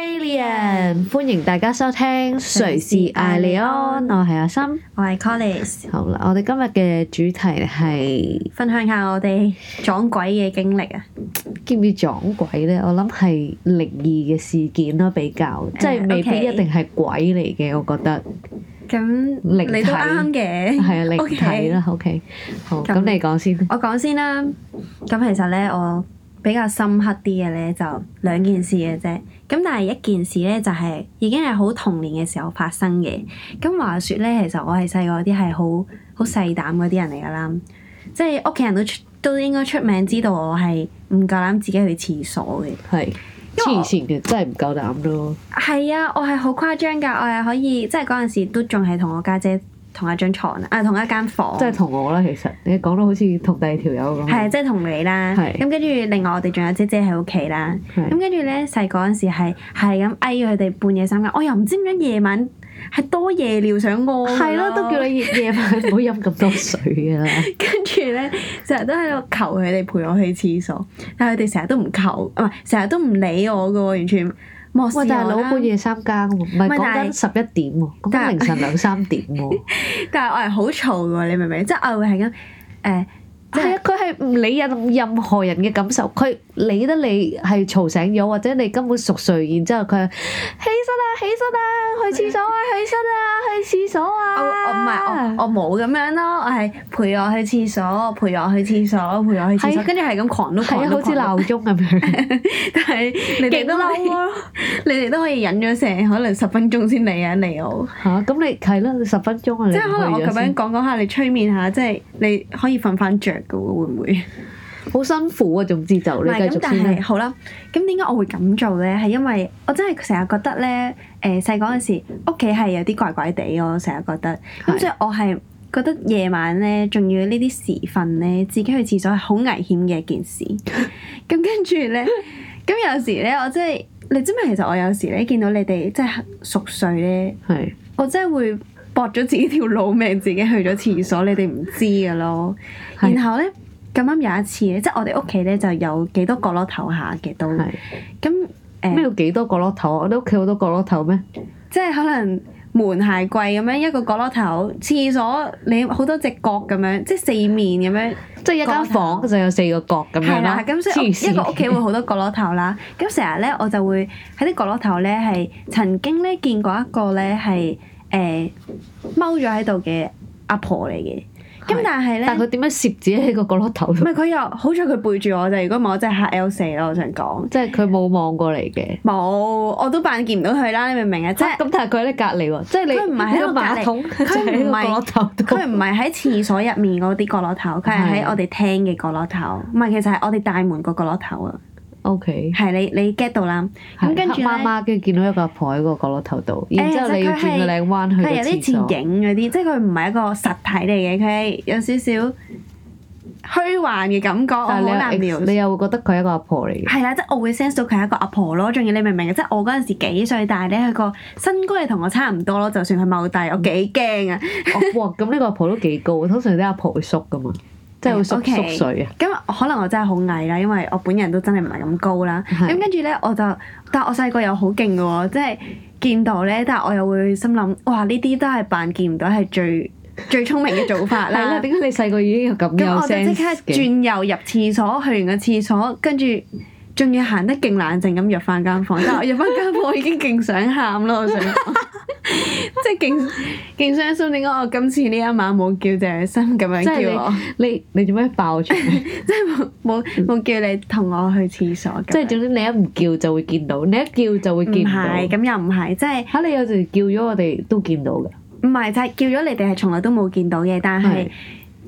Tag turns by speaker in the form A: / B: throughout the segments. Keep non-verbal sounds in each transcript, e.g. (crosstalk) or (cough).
A: Alien，歡迎大家收聽誰是艾利安，我係阿心。
B: 我係 Collis，
A: 好啦，我哋今日嘅主題係
B: 分享下我哋撞鬼嘅經歷啊！
A: 叫唔叫撞鬼咧？我諗係靈異嘅事件咯，比較即係未必
B: OK
A: 一定係鬼嚟嘅，我覺得
B: 咁
A: 靈體
B: 你都啱嘅，
A: 係啊
B: (laughs)
A: 靈
B: OK
A: 體啦。OK，好，咁
B: 咁
A: 你講先。
B: 我講先啦，咁其實咧，我比較深刻啲嘅咧就兩件事嘅啫。咁但係一件事咧就係、已經係好童年嘅時候發生嘅。咁話說咧，其實我係細個嗰啲係好好細膽嗰啲人嚟㗎啦，即係屋企人都出都應該出名知道我係唔夠膽自己去廁所嘅。
A: 係
B: 因為
A: 黐
B: 我
A: 線嘅，真係唔夠膽咯。
B: 係啊，我係好誇張㗎，我係可以即係嗰陣時都仲係同我家姐同一張床啊，同一間房。
A: 即係同我啦，其實你講到好似同第二條友咁。
B: 係啊，即係同你啦。
A: 係
B: 咁跟住，另外我哋仲有姐姐喺屋企啦。
A: 係
B: 咁跟住咧，細個嗰陣時係係咁嗌佢哋半夜三更，我又唔知點解夜晚係多夜尿想屙。
A: 係咯，都叫。你夜夜晚唔好飲咁多水啊㗎啦。
B: 跟住咧，成日都喺度求佢哋陪我去廁所，但係佢哋成日都唔求，唔係成日都唔理我嘅喎，完全漠視我
A: 喂，大佬
B: 啦
A: 半夜三更喎，唔係
B: 唔係
A: 講
B: 但
A: 緊十一點喎，講緊
B: 但
A: 凌晨兩三點喎。
B: 但係我係好嘈嘅喎，你明唔明？即係我會係咁誒，即
A: 係
B: 係
A: 啊，佢係唔理任任何人嘅感受，佢理得你係嘈醒咗，或者你根本熟睡，然之後佢起身啊，起身啊，去廁所啊，起身啊，去廁所
B: 我我哦唔
A: 啊。
B: 係我我冇咁樣咯，我係陪我去廁所，陪我去廁所，陪我去廁
A: 係
B: 所，
A: 啊
B: 跟住係咁狂碌
A: 係
B: 狂
A: 啊，
B: 碌
A: 好似
B: 狂碌
A: 鬧鐘咁樣，
B: 但係你
A: 勁
B: 哋都可以
A: 嬲咯
B: (laughs) 你哋都可以忍咗成可能十分鐘先嚟啊嚟我，
A: 嚇！咁你係啦，你十分鐘啊，
B: 即
A: 你
B: 係可能我
A: 唔去
B: 咁
A: 咗
B: 樣
A: 先
B: 講講下，你催眠下，即係你可以瞓翻着嘅喎，會唔會？
A: 好辛苦啊。總之就
B: 唔
A: 你繼
B: 係咁，
A: 續
B: 但
A: 先
B: 係
A: 啦。
B: 好啦，咁點解我會咁做咧？係因為我真係成日覺得咧，誒細個嗰陣時屋企係有啲怪怪地，我成日覺得，
A: 係
B: 咁所以我係覺得夜晚咧，仲要呢啲時分咧，自己去廁所係好危險嘅一件
A: (laughs)
B: 事。咁跟住咧，咁有時咧，我真係你知唔知其實我有時咧見到你哋即係熟睡咧，
A: 係
B: 我真係會搏咗自己條老命，自己去咗廁所，你哋唔知㗎咯。
A: 係
B: 然後咧，咁啱有一次咧，即係我哋屋企咧就有幾多角落頭下嘅都，
A: 係
B: 咁
A: 咩
B: 誒，
A: 叫幾多角落頭啊？我哋屋企好多角落頭咩？
B: 即係可能門鞋櫃咁樣一個角落頭，廁所你好多隻角咁樣，即係四面咁樣，
A: 即係一間房就有四個角咁樣
B: 係啦
A: 啦。。
B: 咁所以
A: 黐線
B: 我一個屋企會好多角落頭啦。咁成日咧我就會喺啲角落頭咧係曾經咧見過一個咧係誒踎咗喺度嘅阿婆嚟嘅，咁
A: 係
B: 但係咧。
A: 但係佢點樣攝自己喺個角落頭
B: 唔
A: 度？
B: 係佢又好彩佢背住我啫，如果唔係我真係嚇 L 四咯，我想講。
A: 即係佢冇望過嚟嘅。
B: 冇，我都扮見唔到佢啦，你明唔明啊？即
A: 即係
B: 係
A: 咁，但係佢喺隔離喎，即係你
B: 佢唔係喺
A: 你個
B: 我隔離
A: 馬桶， (laughs) 佢
B: 佢唔係
A: 喺個角落頭度。
B: 佢唔係喺廁所入面嗰啲角落頭，佢係
A: 係
B: 喺我哋廳嘅角落頭，唔係其實係我哋大門個角落頭啊。
A: O K，
B: 係你你 get 到啦，咁跟住
A: 黑
B: 咧
A: 媽媽跟住見到一個阿婆喺個角落頭度，然之後你要轉個靚彎去
B: 佢係有啲似
A: 個廁所。
B: 影嗰啲，即係佢唔係一個實體嚟嘅，佢係有少少虛幻嘅感覺，我好
A: 但係
B: 難
A: 你
B: 描
A: 又
B: 述
A: 你又會覺得佢係一個阿婆嚟
B: (laughs)
A: 嘅，
B: 係啦，即係我會 sense 到佢係一個阿婆咯，仲要你明唔明？啊即係我嗰陣時幾歲，但係咧佢個身高係同我差唔多咯，就算佢踎低，我幾驚啊！
A: 哦哇！咁呢個阿婆都幾高，通常啲阿婆會縮噶嘛，即係會縮
B: OK
A: 縮水啊。
B: 咁可能我真係好矮啦，因為我本人都真係唔係咁高啦。
A: 係
B: 咁跟住咧，我就但係我細個又好勁嘅喎，即係見到咧，但係我又會心諗，哇！呢啲都係扮見唔到係最最聰明嘅做法
A: 係啦，
B: 啦。
A: 點解你細個已經有咁有
B: 咁我就即
A: sense
B: 刻
A: 嘅？
B: 轉右入廁所，去完個廁所，跟住仲要行得勁冷靜咁入翻間
A: (laughs)
B: 房。但係我入翻間房，我已經勁想喊咯，我想講，即係勁勁傷心。點解我今次呢一晚冇叫謝心咁樣
A: 即係
B: 叫我？ (laughs)
A: 你你做咩爆出嚟？ (laughs)
B: 即係冇冇冇叫你同我去廁所
A: 即係
B: 係
A: 總之你一唔叫就會見到，你一叫就會
B: 唔
A: 見唔
B: 係
A: 到。
B: 咁又唔係，即係
A: 嚇！你有時叫咗我哋都見到嘅，
B: 唔係就係叫咗你哋係從來都冇見到嘅，但係
A: 係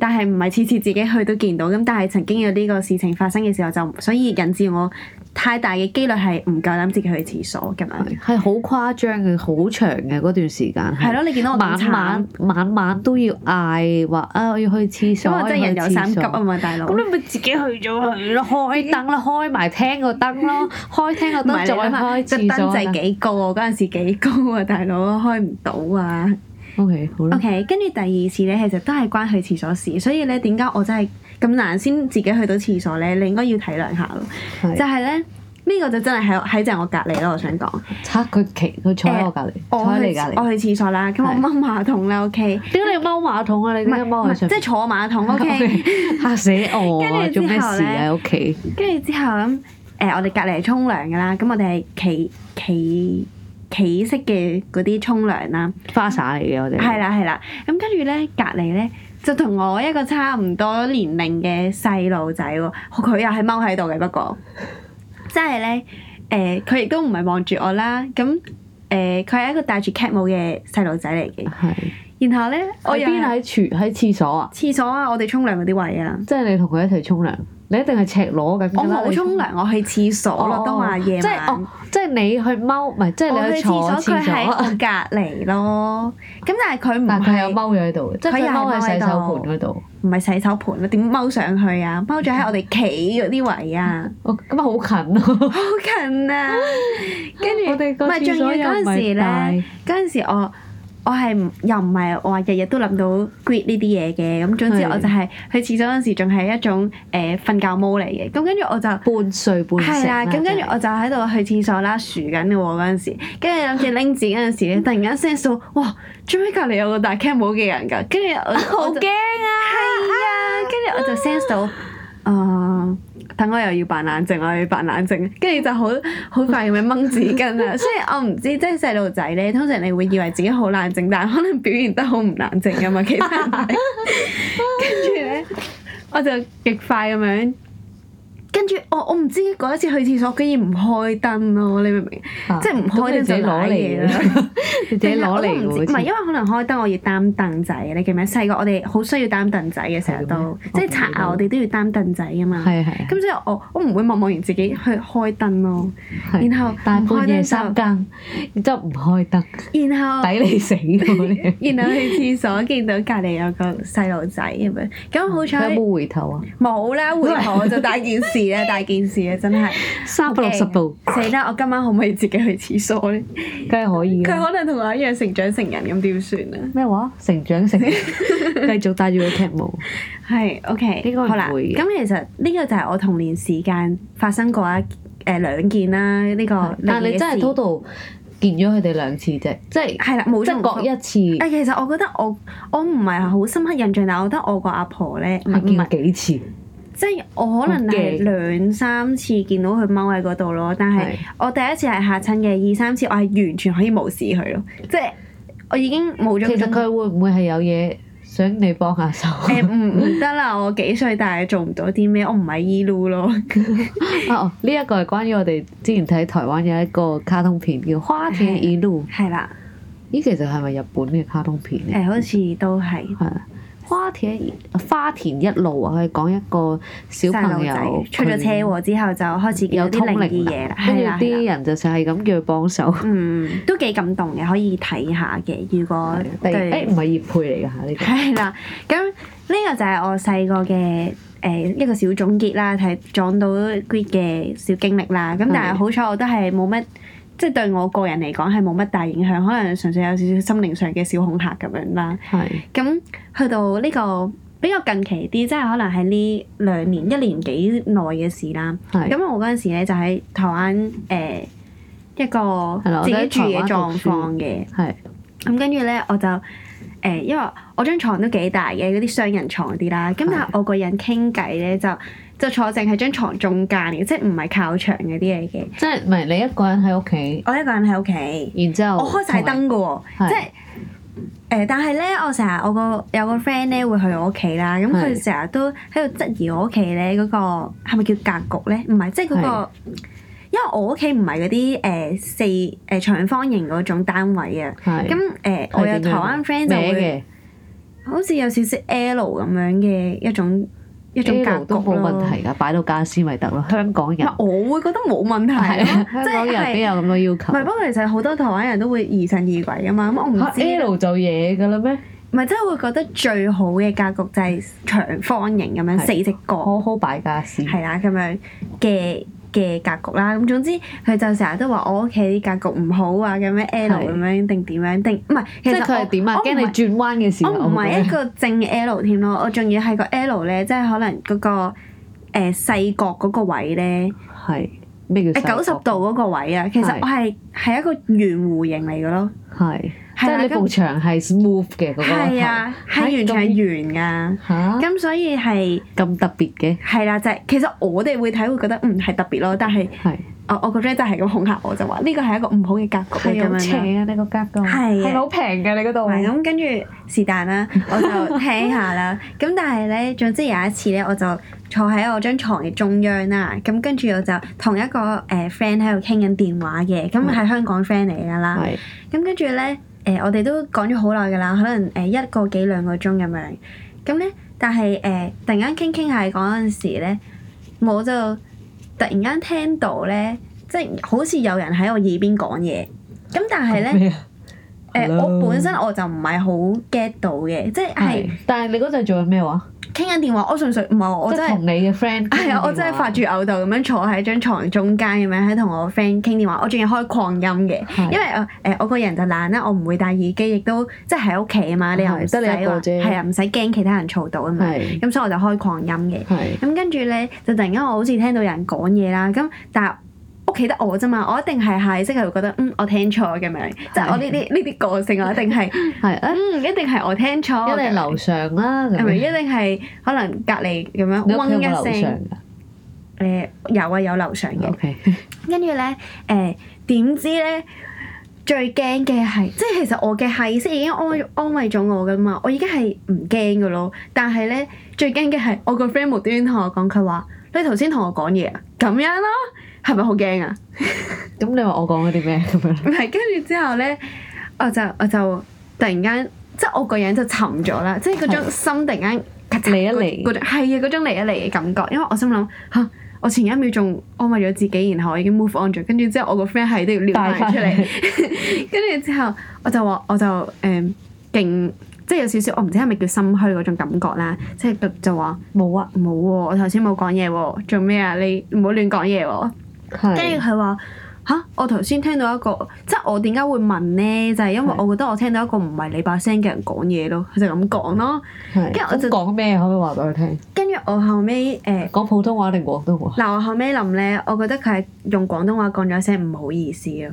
B: 但係唔係次次自己去都見到咁，但係曾經有呢個事情發生嘅時候就，所以引致我太大嘅機率係唔夠膽自己去廁所咁樣。
A: 係好誇張嘅，好長嘅嗰段時間
B: 係
A: 係。
B: 咯，你見到我咁
A: 晚
B: 慘
A: 晚，晚晚都要嗌話啊！我要去廁所，
B: 咁我真係人有三急
A: 急
B: 啊嘛，大佬。
A: 咁你咪自己去咗佢咯，
B: (laughs)
A: 開燈啦，開埋廳個燈咯，開廳個
B: 唔係
A: 燈
B: 你
A: 再
B: 諗下
A: 開
B: 個
A: 廁所
B: 燈掣
A: 啦。
B: 幾高啊？我嗰陣時幾高啊，大佬開唔到啊。
A: O K，好啦，
B: OK，跟住第二次咧，其實都係關去廁所事，所以咧點解我真係咁難先自己去到廁所咧？你應該要體諒下咯。就
A: 係
B: 係咧，咁呢個就真係喺喺正我隔離咯，我想講。
A: 嚇佢企佢坐喺我隔離，坐喺你
B: 去
A: 隔離。
B: 哦我去廁所啦，咁我
A: 係
B: 掹馬桶啦，OK，
A: 點解你要踎馬桶啊？你點解踎
B: 唔
A: 喺
B: 係
A: 上
B: 即係
A: 面？
B: 坐馬桶，OK， (laughs)
A: (laughs) 嚇死我啊！
B: 跟住之後
A: 做咩事啊？
B: 咧
A: 喺屋企
B: 跟住之後咁誒，我哋隔離係沖涼噶啦，咁我哋係企企企式嘅嗰啲沖涼啊啦，
A: 花灑嚟嘅我哋。
B: 係啦係啦，咁跟住咧隔離咧就同我一個差唔多年齡嘅細路仔喎，佢又係踎喺度嘅，不過即係咧誒，佢亦都唔係望住我啦，咁誒佢係一個戴住 cap 帽嘅細路仔嚟嘅，
A: 係。
B: 然後咧我
A: 我
B: 又
A: 邊啊
B: 係
A: 喺廚喺廁所啊？
B: 廁所啊，我哋沖涼嗰啲位啊。
A: 即係你同佢一齊沖涼，你一定係赤裸緊
B: 我
A: 㗎啦。
B: 冇
A: 你
B: 沖涼，我去廁所
A: 哦
B: 咯，都話夜
A: 即係
B: 晚
A: 哦。，即係你去踎，唔係即係
B: 我
A: 你
B: 去
A: 坐
B: 廁所，佢嗯喺我
A: 廁所，啊
B: 隔離咯。咁但係佢唔
A: (laughs) 但係佢有
B: 係
A: 踎咗喺度，即係
B: 佢
A: 佢
B: 又係
A: 踎喺洗手
B: 踎喺度
A: 盤嗰度。
B: 唔係洗手盆咯，啊點踎上去啊？踎咗喺我哋企嗰啲位 (laughs) 啊，
A: 哦，咁啊好
B: (laughs)
A: 近咯。
B: 好近啊！跟
A: 我
B: 住
A: 哋個
B: 唔係
A: 廁
B: 仲要
A: 所又
B: 嗰
A: 唔
B: 陣時
A: 係大
B: 咧，，嗰陣時我。我係唔又唔係我話日日都諗到 grid 呢啲嘢嘅，咁總之
A: 係
B: 我就係去廁所嗰陣時仲係一種誒瞓覺毛嚟嘅，咁跟住我就
A: 半睡半啊醒
B: 啊係啦，咁跟住我就喺度去廁所啦，數緊嘅喎嗰陣時，跟住諗住拎紙嗰陣時咧，突然間 sense 到，哇！最尾隔離有個大 cam 帽嘅人㗎，跟住我我
A: (laughs) 好
B: 就
A: 驚啊！
B: 係啊，跟住我就 sense 到，啊！等我又要扮冷靜，我又要扮冷靜，跟住就好好快咁樣掹紙巾
A: (laughs)
B: 啊！雖然我唔知，即係細路仔咧，通常你會以為自己好冷靜，但係可能表現得好唔冷靜㗎嘛，其他人係跟住咧，我就極快咁樣。跟住哦我我唔知嗰一次去廁所居然唔開燈咯，你明唔明？即係唔開
A: 咁你
B: 燈
A: 自己
B: 就
A: 攞
B: 賴
A: 嚟
B: 嘢啦
A: 嘅，你 (laughs) 自己攞嚟
B: 定係啊我都唔知
A: 嘅
B: 唔係
A: 喎。
B: 因為可能開燈我要擔凳仔，你記唔記得？細個我哋好需要擔凳仔嘅，成日
A: 啊係嘅咩啊
B: 都即係刷牙我哋都要擔凳仔噶嘛。
A: 係係。
B: 咁所以我我唔會望望完自己去開燈咯，
A: 係
B: 然後
A: 但
B: 唔
A: 係
B: 開
A: 半夜三
B: 燈
A: 更，然之後唔開燈，
B: 就然後
A: 抵你死喎！
B: (laughs)
A: 你
B: 然後去廁所見到隔離有個細路仔咁樣，咁好
A: 佢
B: 彩
A: 有冇回頭啊？
B: 冇啦，回頭就大件事
A: (laughs)
B: 啦，大件事啦，真係
A: 三百六十度，
B: 死啦！我今晚可唔可以自己去廁所咧？
A: 梗係啊可以
B: 佢
A: 啦。
B: 可能同我一樣成長成人咁點算啊？
A: 咩話？成長 (laughs) 成人，繼續戴住個劇帽。
B: 係
A: 應
B: ，OK，
A: 該唔
B: 好啦。
A: 會嘅
B: 咁其實呢個就係我童年時間發生過一誒兩件啦，呢個
A: 但係
B: 係
A: 你真係 total 見咗佢哋兩次啫，即係
B: 係啦，冇哎
A: 即
B: 重
A: 係各
B: 複。
A: 一次，
B: 誒，其實我覺得我我唔係好深刻印象，但係我覺得我個阿婆咧，唔係
A: 係見幾次。
B: 即係我可能係兩三次見到佢踎喺嗰度咯，但係
A: 係
B: 我第一次係嚇親嘅，二三次我係完全可以無視佢咯，即係我已經冇咗
A: 其
B: 嗰種
A: 實佢會唔會係有嘢想你幫下手？
B: (laughs) 誒唔唔得啦，我幾歲但係做唔到啲咩，我唔係依嚕咯。 (laughs)
A: 啊 (laughs) 哦，呢一個係關於我哋之前睇台灣有一個卡通片叫《花田一路》，
B: 係啦，
A: 咦，其實係咪日本嘅卡通片
B: 誒、
A: 咧？
B: 好似都係
A: 係啊。花田花田一路啊，佢講一個小
B: 細
A: 朋
B: 路
A: 友
B: 仔出咗車
A: 佢
B: 禍之後就開始見
A: 有
B: 到
A: 通
B: 啲靈
A: 靈
B: 異嘢
A: 啦
B: 啦，
A: 跟住
B: 係啦，係啦
A: 啲人就成係咁叫佢幫手。
B: 嗯都幾感動嘅，可以睇下嘅。如果
A: 第誒
B: 對
A: 唔係葉配嚟㗎嚇呢個。
B: (laughs) 係啦，咁呢個就係我細個嘅誒一個小總結啦，係撞到 good 嘅小經歷啦。咁但係
A: 係
B: 好彩我都係冇乜，即係對我個人嚟講係冇乜大影響，可能純粹有少少心靈上嘅小恐嚇咁樣啦。
A: 係
B: 咁去到呢個比較近期啲，即係可能係呢兩年一年幾內嘅事啦。
A: 係。
B: 咁我嗰陣時咧就喺台灣誒、呃一個
A: 係啦我
B: 自
A: 都喺
B: 己住嘅
A: 台灣讀
B: 狀
A: 書
B: 況嘅，
A: 係
B: 咁跟住咧我就誒、呃因為我張床都幾大嘅，嗰啲雙人床嗰啲啦。咁但係我個人傾偈咧就就坐正喺張床中間嘅，即係唔係靠牆嗰啲嚟嘅。
A: 即係唔係你一個人喺屋企，
B: 我一個人喺屋企，
A: 然之後
B: 我哦開晒燈嘅喎，
A: 哦係
B: 即係。誒、但係咧，我成日我個有個 friend 咧會去我屋企啦，咁佢
A: 係
B: 成日都喺度質疑我屋企咧嗰個係咪叫格局咧？唔係，即係嗰個，因為我屋企唔係嗰啲誒四誒、長方形嗰種單位啊。
A: 係
B: 咁誒、我有
A: 係點樣
B: 台灣 friend 就
A: 歪
B: 會
A: 嘅
B: 好似有少少 L 咁樣嘅一種一種
A: A
B: 格
A: 路都
B: 局
A: 冇
B: 咯
A: 問題㗎，擺到家私咪得咯。香港
B: 唔
A: 人
B: 係，我會覺得冇問題
A: 係
B: 咯
A: 啊，香
B: 即
A: 港人
B: 係
A: 邊有咁多要
B: 唔係？不
A: 求？
B: 過其實好多台灣人都會疑神疑鬼噶嘛，咁我唔
A: 嚇
B: 知
A: L 就嘢㗎啦咩？
B: 唔係真係會覺得最好嘅格局就係長方形咁樣
A: 係
B: 四隻角，
A: 好好擺家私，
B: 係啦咁樣嘅嘅格局啦。咁總之佢就成日都話我屋企啲格局唔好啊，咁樣 L
A: 係
B: 咁樣定點樣定唔係？
A: 即
B: 其
A: 係
B: 實
A: 佢係
B: 我
A: 點啊？
B: 我唔
A: 驚你
B: 係
A: 轉彎嘅時候，
B: 我唔係一
A: 個
B: 個正 L 添咯，我仲要係個 L 咧，即係可能嗰、個誒細角嗰個位咧，
A: 係咩叫
B: 啊誒九十
A: 細角
B: 度嗰個位啊，其實
A: 係
B: 我係係一個圓弧形嚟嘅咯，
A: 係，即
B: 係啦啊
A: 係你
B: 咁
A: 埲牆係 smooth 嘅嗰個
B: 係啊，係完全係圓㗎，
A: 頭嚇
B: 咁所以係
A: 咁特別嘅，
B: 係啦，就係其實我哋會睇會覺得嗯係特別咯，但係
A: 係
B: 我我個 friend 就係咁恐嚇我就話呢個係一個唔好嘅格局嚟咁樣啦。
A: 啊！你個格㗎
B: 係啊
A: 咪好平㗎？你嗰度
B: 係啊咁，跟住是但啦，我 (laughs) 就聽下啦。咁但係咧，總之有一次咧，我就坐喺我張床嘅中央啦。咁跟住我就同一個誒 friend 喺度傾緊電話嘅，咁
A: 嗯
B: 係香港 friend 嚟㗎啦。
A: 係
B: 咁跟住咧，誒我哋都講咗好耐㗎啦，可能呃誒一個幾兩個鐘咁樣。咁咧，但係誒呃突然間傾傾下嗰陣時咧，我就突然間聽到咧，即係好似有人喺我耳邊講嘢。咁但係咧。
A: 咩啊
B: 誒、我本身我就唔係好 get 到嘅，即係
A: 係，但係你嗰陣做緊咩話？
B: 傾緊電話，我純粹唔係我
A: 即
B: 真
A: 係同
B: 係
A: 你嘅 friend
B: 係啊，我真係發住吽哣咁樣坐喺張床中間咁樣喺同我 friend 傾電話，我仲要開擴音嘅，
A: 係
B: 因為誒、呃我個人就懶啦，我唔會戴耳機，亦都即係喺屋企啊嘛，你又唔
A: 係
B: 使
A: 得你一個
B: 話
A: 啫
B: 係啊，唔使驚其他人嘈到啊嘛，
A: 係
B: 咁所以我就開擴音嘅。
A: 係
B: 咁跟住咧，就突然間我好似聽到有人講嘢啦，咁但係屋企得我啫嘛，我一定係下意識係會覺得嗯我聽錯咁樣，即係我呢啲呢啲個性我一定係。
A: (laughs) 係
B: (laughs)
A: 啊！
B: 嗯，一定係哦我聽錯，
A: 一定係樓上啦，咁
B: 係咪？一
A: 樣
B: 定係可能隔離咁樣
A: 你屋企
B: 嗡
A: 有
B: 一
A: 冇樓上
B: 聲，
A: 㗎
B: 誒、有啊有樓上嘅，
A: ？OK，
B: 跟住咧誒點知咧最驚嘅係，即係其實我嘅下意識已經安安慰咗我噶嘛，我已經係唔驚噶咯，但係咧最驚嘅係我個 friend 無端端同我講，佢話你頭先同我講嘢啊，咁樣咯，係咪好驚啊？
A: 咁你話我講咗啲咩咁樣？
B: 唔係，跟住之後咧，我就我就突然間，即係我個人就沉咗啦，即係嗰種心突然間咔嚓
A: 嚟一嚟
B: 嗰種係啊，嗰種嚟一嚟嘅感覺，因為我心諗嚇。我前一秒仲安慰咗自己，然後我已經 move on 咗，跟住之後我個 friend 係都要撩埋出
A: 帶 (laughs) 返
B: 嚟， (laughs) 跟住之後我就話我就誒勁、即係有少少我唔知係咪叫心虛嗰種感覺啦，即係就就話
A: 冇啊，
B: 冇喎，我頭先冇講嘢喎，做咩啊？你唔好亂講嘢喎。跟住
A: 係
B: 佢話吓，我頭先聽到一個，即係我點解會問呢？就係、因為
A: 係
B: 我覺得我聽到一個唔係你把聲嘅人講嘢咯，佢就咁講咯。
A: 係。
B: 跟住我就
A: 咁講咩？可唔可以話俾我聽？
B: 跟住我後尾誒，呃
A: 講普通話定廣東話？
B: 嗱、我後尾諗呢，我覺得佢係用廣東話講咗一聲唔好意思咯，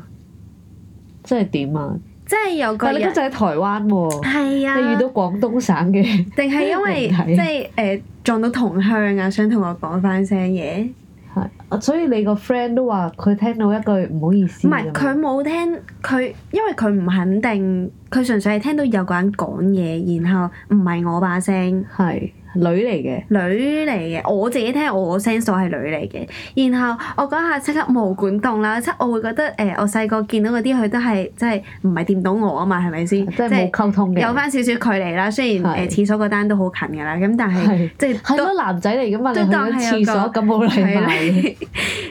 A: 即係點啊？
B: 即係有個
A: 但係你嗰
B: 人
A: 陣喺台灣喎，
B: 係啊，
A: 你遇到廣東省嘅，
B: 定係因為
A: 人體
B: 即係誒、呃撞到同鄉啊，想同我講翻聲嘢。
A: 係，所以你個 friend 都話佢聽到一句唔好意思
B: 唔
A: 咁
B: 係
A: 樣。
B: 佢冇聽佢，因為佢唔肯定，佢純粹係聽到有個人講嘢，然後唔係我把聲。
A: 係女嚟嘅，
B: 女嚟嘅，我自己聽我 sense 我係女嚟嘅，然後我嗰下即刻毛管動啦，即係我會覺得誒、呃我細個見到嗰啲佢都係即係唔係掂到我啊嘛，係咪先？
A: 即係冇溝通嘅。
B: 有翻少少距離啦，雖然誒、
A: 係
B: 呃、廁所嗰單都好近㗎啦，咁但係
A: 係
B: 即係
A: 係
B: 都
A: 咯，男仔嚟噶嘛？你
B: 都
A: 去
B: 當
A: 咗
B: 係有
A: 廁
B: 個
A: 所咁冇禮
B: 係
A: 貌
B: 啦 (laughs)
A: 嘅。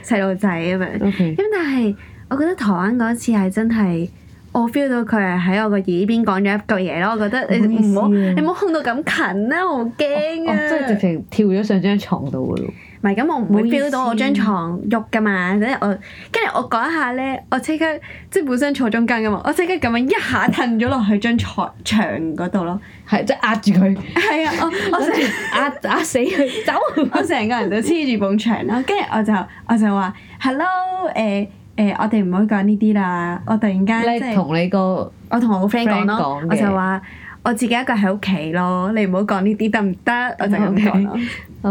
B: 細路仔咁樣。
A: O K，
B: 咁但係我覺得台灣嗰次係真係。我 feel 到佢係喺我個耳邊講咗一句嘢咯，我覺得你唔
A: 唔
B: 好
A: 好意思啊
B: 你唔好控到咁近啦，我好驚
A: 哦，
B: 啊！
A: 即係直情跳咗上張床度噶咯。
B: 唔係咁，我唔
A: 唔好
B: 會
A: 意思
B: feel 到我張床喐噶嘛，即係我跟住我嗰一下咧，我即刻即係本身坐中間噶嘛，我即刻咁樣一下褪咗落去張床牆嗰度咯。
A: 係即係壓住佢，
B: 係啊， (laughs) 我我
A: 跟
B: 成
A: 住壓壓死
B: (laughs)
A: 佢，走。
B: 我成個人就黐住埲牆啦，跟住我就我就話 hello 誒、誒、我哋唔好講呢啲啦。我突然間啊即
A: 你
B: 係
A: 同你個
B: 我同我個 friend 講
A: friend
B: 咯
A: 講，嘅
B: 我就話我自己一個喺屋企咯，你唔好講呢啲得唔得？我就咁講咯。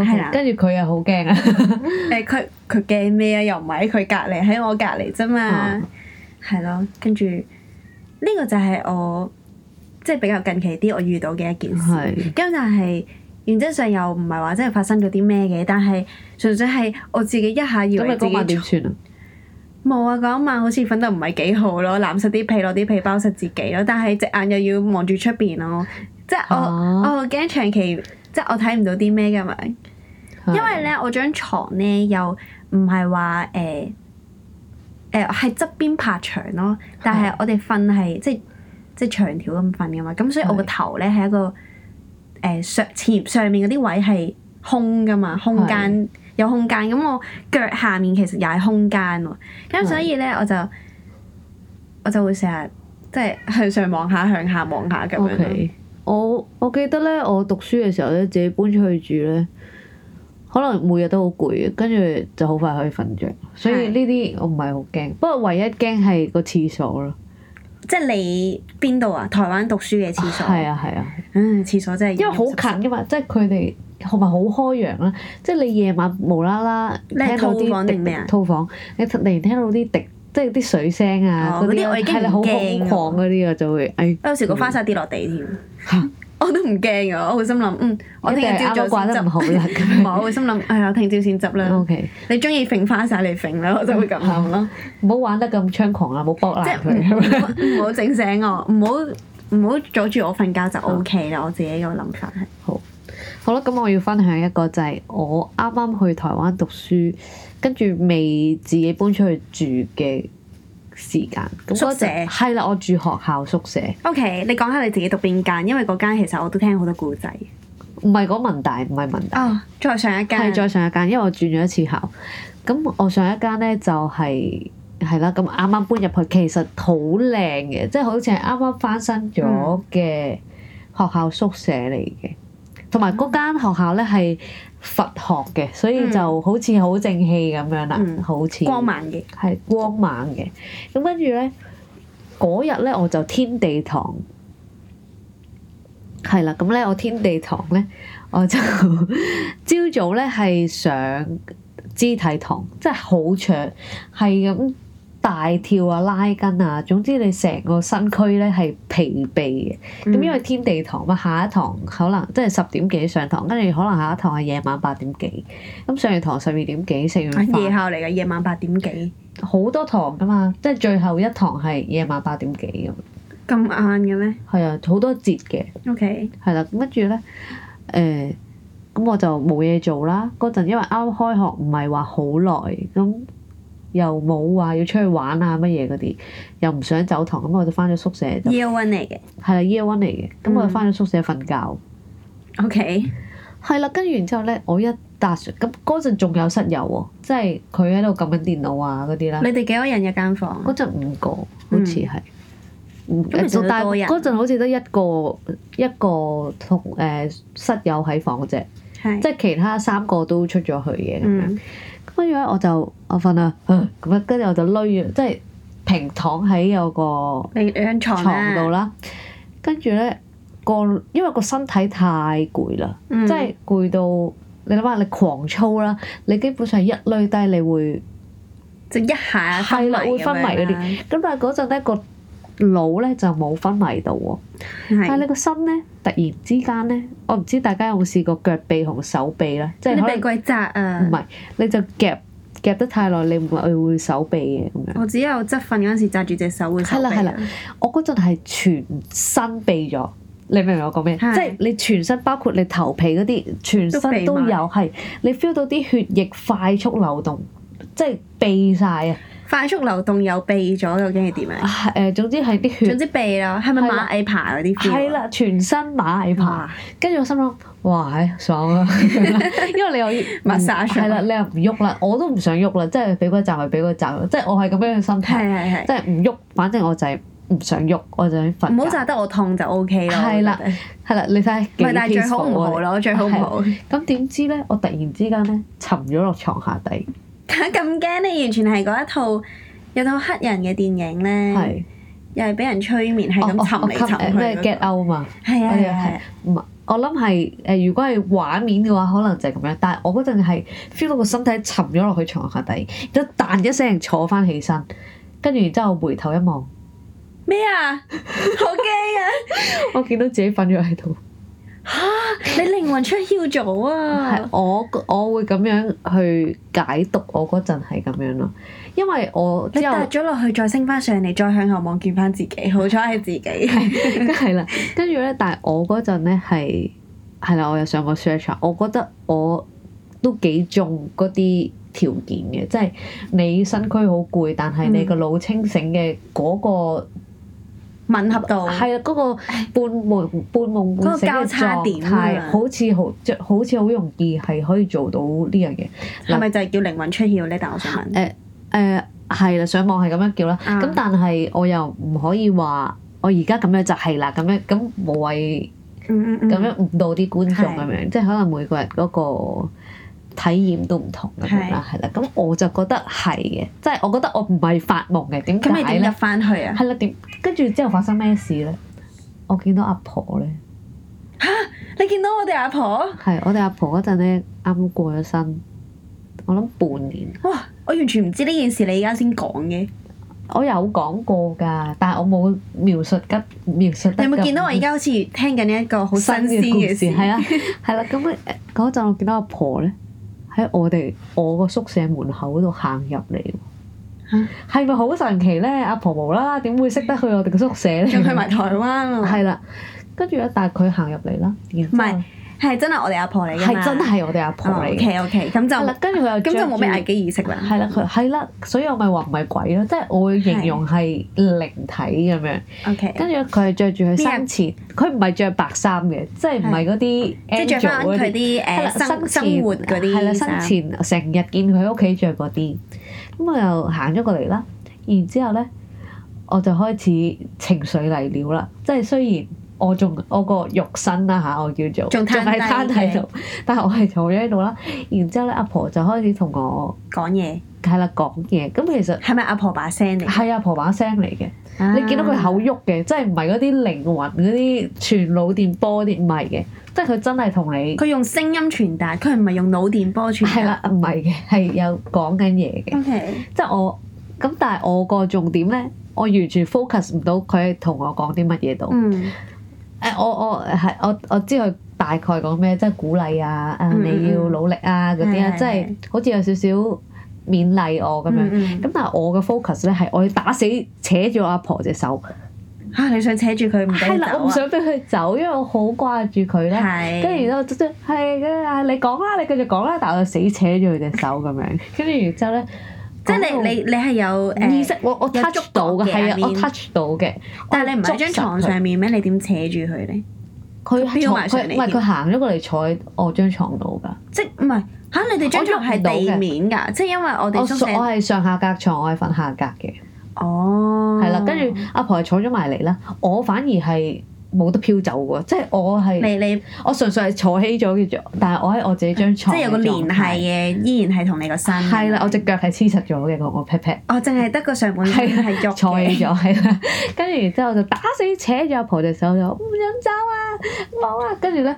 B: 係啦
A: OK，跟住佢又好驚啊。
B: 誒佢佢驚咩啊？又唔係喺佢隔離，喺我隔離啫嘛
A: 嗯。
B: 係咯、跟住呢、個就係我即係比較近期啲我遇到嘅一件事。
A: 係
B: 咁但係原則上又唔係話真係發生咗啲咩嘅，但係純粹係我自己一下以
A: 咁你
B: 為自
A: 嗰
B: 己
A: 晚點
B: 錯
A: 算啊？
B: 冇啊！嗰一晚好似瞓得唔係幾好咯，攬實啲被，攞啲被包實自己咯，但係隻眼又要望住出邊咯，即係我、
A: 啊
B: 我驚長期即係我睇唔到啲咩咁樣。因
A: 嗯
B: 為咧，我張床咧又唔係話誒誒係側邊拍牆咯，但係我哋瞓係即係即係長條咁瞓噶嘛，咁所以我個
A: 係
B: 頭咧係一個誒、呃上前上面嗰啲位係空噶嘛，空間有空間，咁我腳下面其實又係空間喎，咁所以咧我就我就會成日即係向上望下，向下望下咁
A: O
B: 樣咯。
A: K，我我記得咧，我讀書嘅時候咧，自己搬出去住咧，可能每日都好攰，跟住就好快可以瞓着。所以
B: 係
A: 呢啲我唔係好驚，不過唯一驚係個廁所咯。
B: 即係你邊度啊？台灣讀書嘅廁所，
A: 係啊係啊，
B: 嗯，廁所真係
A: 因為好近噶嘛，即係佢哋同埋好開揚啦，即係你夜晚無啦啦
B: 你係
A: 聽
B: 套
A: 到
B: 房
A: 啲
B: 定咩啊
A: 滴套房，你突然聽到啲滴。即係啲水聲啊，
B: 哦
A: 嗰
B: 嗰
A: 啲
B: 啲我已經
A: 係啦
B: 唔
A: 好
B: 驚
A: 恐
B: 㗎
A: 狂嗰啲，我啊就會哎誒
B: 有時個花灑跌落地添
A: 嚇，
B: 我都唔驚啊！我會心諗，嗯，我聽日朝
A: 一定係啱啱
B: 早
A: 掛
B: 先
A: 得
B: 執，
A: 唔
B: (laughs)
A: 好啦咁樣哦
B: 唔係，我會心諗，哎係啦，我聽朝先執啦。
A: ，OK，
B: 你中意揈花灑嚟揈啦，我就會咁諗咯。
A: 唔好玩得咁猖狂啦，唔好搏
B: 即
A: 爛佢。
B: 係唔好整醒我，唔好唔好阻住我瞓覺就 O K 啦。我自己個諗法係，
A: (laughs) 好啦，咁我要分享一個就係我啱啱去台灣讀書，跟住未自己搬出去住嘅時間。咁嗰陣
B: 宿舍
A: 係啦，我住學校宿舍，
B: O、k 你講下你自己讀邊間，因為嗰間其實我都聽好多故仔。
A: 唔係嗰文大，唔係文大，
B: 哦，再上一間，
A: 啊係再上一間，因為我轉咗一次校。咁我上一間咧就係、係啦，咁啱啱搬入去，其實好靚嘅，即係好似係啱啱翻新
B: 嗯
A: 咗嘅學校宿舍嚟嘅，同埋嗰間學校咧係佛學嘅，所以就好似好正氣咁樣啦，
B: 嗯
A: 好似
B: 光猛嘅，
A: 係光猛嘅。咁跟住咧，嗰日咧我就天地堂係啦。咁咧我天地堂咧，我就 (laughs) 朝早咧係上肢體堂，即係好長，係咁大跳啊、拉筋啊，總之你成個身軀咧係疲憊嘅。
B: 嗯
A: 咁因為天地堂嘛，下一堂可能即係十點幾上堂，跟住可能下一堂係夜晚八點幾，咁上完堂十二點幾食完
B: 啊
A: 飯
B: 夜。校嚟嘅，夜晚八點幾
A: 好多堂噶嘛，即係最後一堂係夜晚八點幾咁，
B: 咁晏嘅咩
A: 係啊，好多節嘅，
B: ？O K，
A: 係啦，咁跟住咧，誒、咁我就冇嘢做啦。嗰陣因為啱啱開學，唔係話好耐，咁又冇話要出去玩啊乜嘢嗰啲，又唔想走堂，咁我就翻咗宿舍就係
B: Year One 嚟嘅
A: 啦，year one 嚟嘅，咁我就翻咗宿舍瞓覺。
B: ，O K，
A: 係啦，跟住然之後咧，我一搭上咁嗰陣仲有室友喎、即係佢喺度撳緊電腦啊嗰啲啦。
B: 你哋幾多人一間房？啊
A: 嗰陣五個，好似係。嗯
B: 咁其實都
A: 但
B: 多人
A: 嗰陣好似得一個一個同誒、室友喺房啫，
B: 係
A: 即係其他三個都出咗去嘅咁樣。
B: 嗯
A: 咁跟住咧我就我瞓啦，啊咁樣跟住我就攣住，即係平躺喺有個
B: 你你張床啊
A: 床度
B: 啦，
A: 啦。跟住咧個因為個身體太攰啦，
B: 即
A: 即係攰到你諗下你狂操啦，你基本上一攣低你會。
B: 就一下
A: 係啦會昏迷啊嗰
B: 啲，
A: 咁但係嗰陣咧個腦咧就冇昏迷到喎，但係
B: 係
A: 你個身咧突然之間咧，我唔知大家有冇試過腳臂同手臂啦，即係
B: 你
A: 可
B: 鼻
A: 能
B: 鬼窄啊
A: 唔！係你就夾夾得太耐，你唔係會手臂嘅咁樣。
B: 我只有側瞓嗰陣時，扎住隻手會手
A: 係啦
B: 臂
A: 係啦
B: 啊，
A: 我嗰陣係全身痹咗。你明唔明我講咩？即
B: 係
A: 係你全身，包括你頭皮嗰啲，全身
B: 都痹埋
A: 都有係，你 feel 到啲血液快速流動，即係痹晒啊！
B: 快速流動又避咗，究竟係點啊？
A: 啊誒，總之係啲血
B: 總之避啦，係咪
A: 係啦
B: 螞蟻爬嗰啲 feel 啊？
A: 係啦，全身螞蟻爬。
B: 哇，
A: 跟住我心諗，哇，唉爽
B: (laughs)
A: 啊！因為你又要
B: Massage
A: 係啦，你又唔喐啦，我都唔想喐啦，即係俾個站咪俾個站，即係我係咁樣嘅心態，
B: 係係
A: 即係唔喐，反正我就係唔想喐，我就想
B: 係，唔好
A: 瞓覺。
B: 扎得我痛就 O K 啦。
A: 係啦
B: 我覺得
A: 係啦，你睇下
B: 唔
A: 幾
B: 係，但係最好唔
A: peaceful 啊
B: 好咯，最好唔好。
A: 咁點知咧，我突然之間咧沉咗落床下底，
B: (laughs) 咁驚你完全係嗰一套有套黑人嘅電影咧，
A: 係哦
B: 又係俾人催眠，嗯係
A: 我
B: 咁沉
A: 我我
B: 嚟沉
A: 誒
B: 去
A: 咩
B: 嗰
A: get
B: 個。
A: out 嘛。
B: 係啊係
A: 係啊
B: 啊係啊，
A: 唔係，我諗係誒，如果係畫面嘅話，可能就係咁樣。但係我嗰陣係 feel 到個身體沉咗落去床下底，然之後彈一聲坐翻起身，跟住然之後回頭一望，
B: 咩啊？好驚啊！
A: (laughs) 我見到自己瞓咗喺度。
B: (laughs) 你靈魂出竅咗
A: 係、
B: 啊！
A: 我我會咁樣去解讀我嗰陣係咁樣咯，因為我
B: 你
A: 之後
B: 搭咗落去，再升翻上嚟，再向後望見翻自己，好彩係自己。
A: 係啦，跟住咧，但係我嗰陣咧係係啦，我有上過 search，啊我覺得我都幾中嗰啲條件嘅，即係你身軀好攰，但
B: 嗯
A: 係你個腦清醒嘅嗰、個
B: 吻合到，
A: 係啦，嗰、個半夢半夢半醒
B: 啊嗰個交
A: 嘅
B: 叉點啊
A: 狀
B: 咁
A: 態，
B: 樣
A: 好似好即好似好容易係可以做到呢樣嘢。
B: 係咪就係叫靈魂出竅咧？但我想問，
A: 誒係啦，上網係咁樣叫啦，
B: 啊
A: 咁、但係我又唔可以話我而家咁樣就係啦，咁樣咁無謂。
B: 嗯嗯嗯
A: 咁樣誤導啲觀眾
B: 係
A: 咁樣，即係可能每個人嗰個體驗都唔同咁樣啦，係啦。咁我就覺得係嘅，即係我覺得我唔係發夢嘅，點
B: 咁你
A: 解
B: 點
A: 咧
B: 入？翻去啊？
A: 係啦，點跟住之後發生咩事咧？我見到阿婆咧，
B: 你見到我哋阿婆？
A: 係我哋阿婆嗰陣咧，啱過咗身，我諗半年，
B: 哇！我完全唔知呢件事，你而家先講嘅。
A: 我有講過㗎，但係我冇描述得描述
B: 你
A: 得。
B: 有冇見到我而？家好似聽緊一個好新鮮
A: 故
B: 嘅
A: 事
B: 事？
A: 係啦，啊係啦，咁誒嗰陣我見到阿婆咧喺我哋我個宿舍門口嗰度行入嚟
B: 嚇
A: 喎，係咪好神奇咧？阿婆無啦啦點會識得去我哋嘅宿舍咧？
B: 仲去埋台灣啊！
A: 係啦，跟住咧，但係佢行入嚟啦，然之後
B: 唔係係真係我哋阿婆嚟㗎嘛
A: 係真係我哋阿婆嚟嘅。
B: OK OK，咁
A: 係啦
B: 就
A: 跟住佢又
B: 咁就
A: 着
B: 冇咩
A: 住
B: 危機意識啦。
A: 係啦，佢係啦，所以我咪話唔係鬼咯，即係我會形容係靈體咁樣。
B: OK，
A: 跟住佢係着住佢
B: 咩
A: 生前，佢唔係着白衫嘅，即係唔係嗰啲
B: 即係着
A: angel
B: 翻
A: 嗰
B: 佢
A: 啲。
B: 啲
A: 係啦啊
B: 誒生生活嗰啲
A: 係啦，生
B: 衫
A: 前啊成日見佢喺屋企着嗰啲，咁我又行咗過嚟啦。然之後咧，我就開始情緒嚟了啦。即係雖然我仲我個肉身啦嚇，我叫做
B: 仲攤
A: 係
B: 低
A: 攤喺度，但係我係坐咗喺度啦。然之後咧，阿婆就開始同我
B: 講嘢，
A: 係啦講嘢。咁其實
B: 係咪阿婆把聲嚟？
A: 係阿婆把聲嚟嘅，
B: 啊
A: 你見到佢口喐嘅，即係唔係嗰啲靈魂嗰啲全腦電波嗰啲唔係嘅，即係佢真係同你
B: 佢用聲音傳達，佢唔係用腦電波傳達。
A: 係啦，唔係嘅，係有講緊嘢嘅。
B: ，OK，
A: 即係我咁，但係我個重點咧，我完全 focus 唔到佢同我講啲乜嘢度。誒、
B: 嗯，
A: 我我係我我知佢大概講咩，即係鼓勵啊，啊
B: 嗯嗯
A: 你要努力啊嗰啲啊，
B: 係
A: 即係好似有少少勉勵我
B: 嗯
A: 咁樣。
B: 樣
A: 咁但係我嘅 focus 咧係我要打死扯住我阿婆隻手，
B: 啊，你想扯住佢唔俾
A: 係啦，
B: 走
A: 我唔
B: 啊？
A: 想俾佢走，因為我好掛住佢啦。
B: 係，
A: 跟住然之後即係係跟住啊你講啦，你繼續講啦，但係我就死扯住佢隻手咁樣。跟住然之後咧，
B: 即係你你你係有
A: 講到意
B: 誒，
A: 識，我我
B: 有觸
A: touch 到嘅，
B: 覺嘅
A: 係啊，
B: I mean
A: 我 touch 到嘅。啊
B: 但係你唔係
A: 我捉
B: 張
A: 實
B: 床上面咩？你點扯住佢咧？
A: 佢，佢
B: 飄
A: 坐
B: 埋上
A: 佢
B: 嚟
A: 唔係
B: 添
A: 佢行咗過嚟坐喺我張床度㗎。
B: 即唔係嚇？你哋張床係地面㗎，即係因為我
A: 我
B: 哋宿舍
A: 我係上下格床，我係瞓下格嘅，
B: 哦，
A: 係啦。跟住阿婆係坐咗埋嚟啦，我反而係冇得飄走㗎，即係我係
B: 你你
A: 我純粹係坐起咗嘅啫，但係我喺我自己張
B: 即
A: 床
B: 係有個
A: 嘅
B: 聯
A: 狀
B: 繫
A: 態。
B: 嘅，依然係同你個身㗎嘛。
A: 係啦，我隻腳係黐實咗嘅，我我 pat pat。
B: 哦，淨係得個上半身
A: 係
B: 係喐
A: 錯
B: 嘅。
A: 咗係啦， (laughs) 跟住然之後就打死扯住阿婆隻手就唔想走啊，冇啊！跟住咧，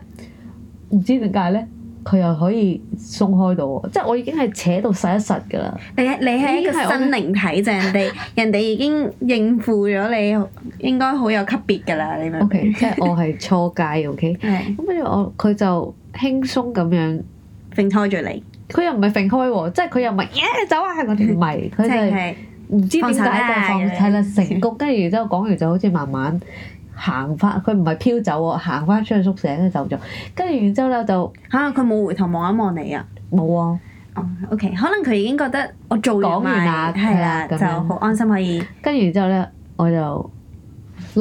A: 唔知點解咧，佢又可以鬆開到我，即係我已經係扯到實一實㗎啦。
B: 你係你係一個新靈體就人
A: (laughs)
B: 哋人哋已經應付咗你，應該好有級別㗎啦，你明唔
A: O
B: 明
A: (laughs) K，即係我係初階 O K，
B: 係
A: 咁跟住我佢就輕鬆咁樣，
B: 揈拖住你，
A: 佢又唔係揈開喎，即係佢又唔係耶走啊嗰啲，唔係
B: 即
A: 佢就係
B: 係
A: 唔知點解就啊放
B: 放手啦
A: 係啦成功，跟住然之後講完就好似慢慢行翻，佢唔係飄走喎，行翻出去宿舍跟住走咗，跟住然之後咧就
B: 嚇佢冇回頭望一望你啊！
A: 冇啊，
B: 哦，OK，可能佢已經覺得我做
A: 講完啦
B: 埋係啦，
A: 係啦咁
B: 就
A: 樣
B: 好安心可以
A: 跟住然之後咧我就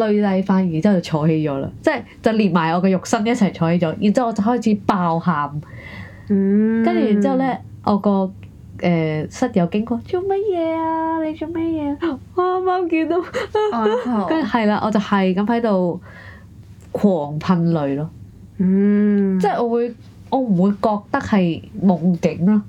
A: 累低翻，然之後就坐起咗啦，即係就連埋我嘅肉身一齊坐起咗，然之後我就開始爆喊，
B: 嗯。
A: 跟住然之後，咧我個誒、呃室友經過做乜嘢啊？你做乜嘢啊？我啱啱見到，
B: 安哦好
A: 跟住係啦，我就係咁喺度狂噴淚咯。
B: 嗯，
A: 即
B: 即
A: 係我會，我唔會覺得係夢境咯。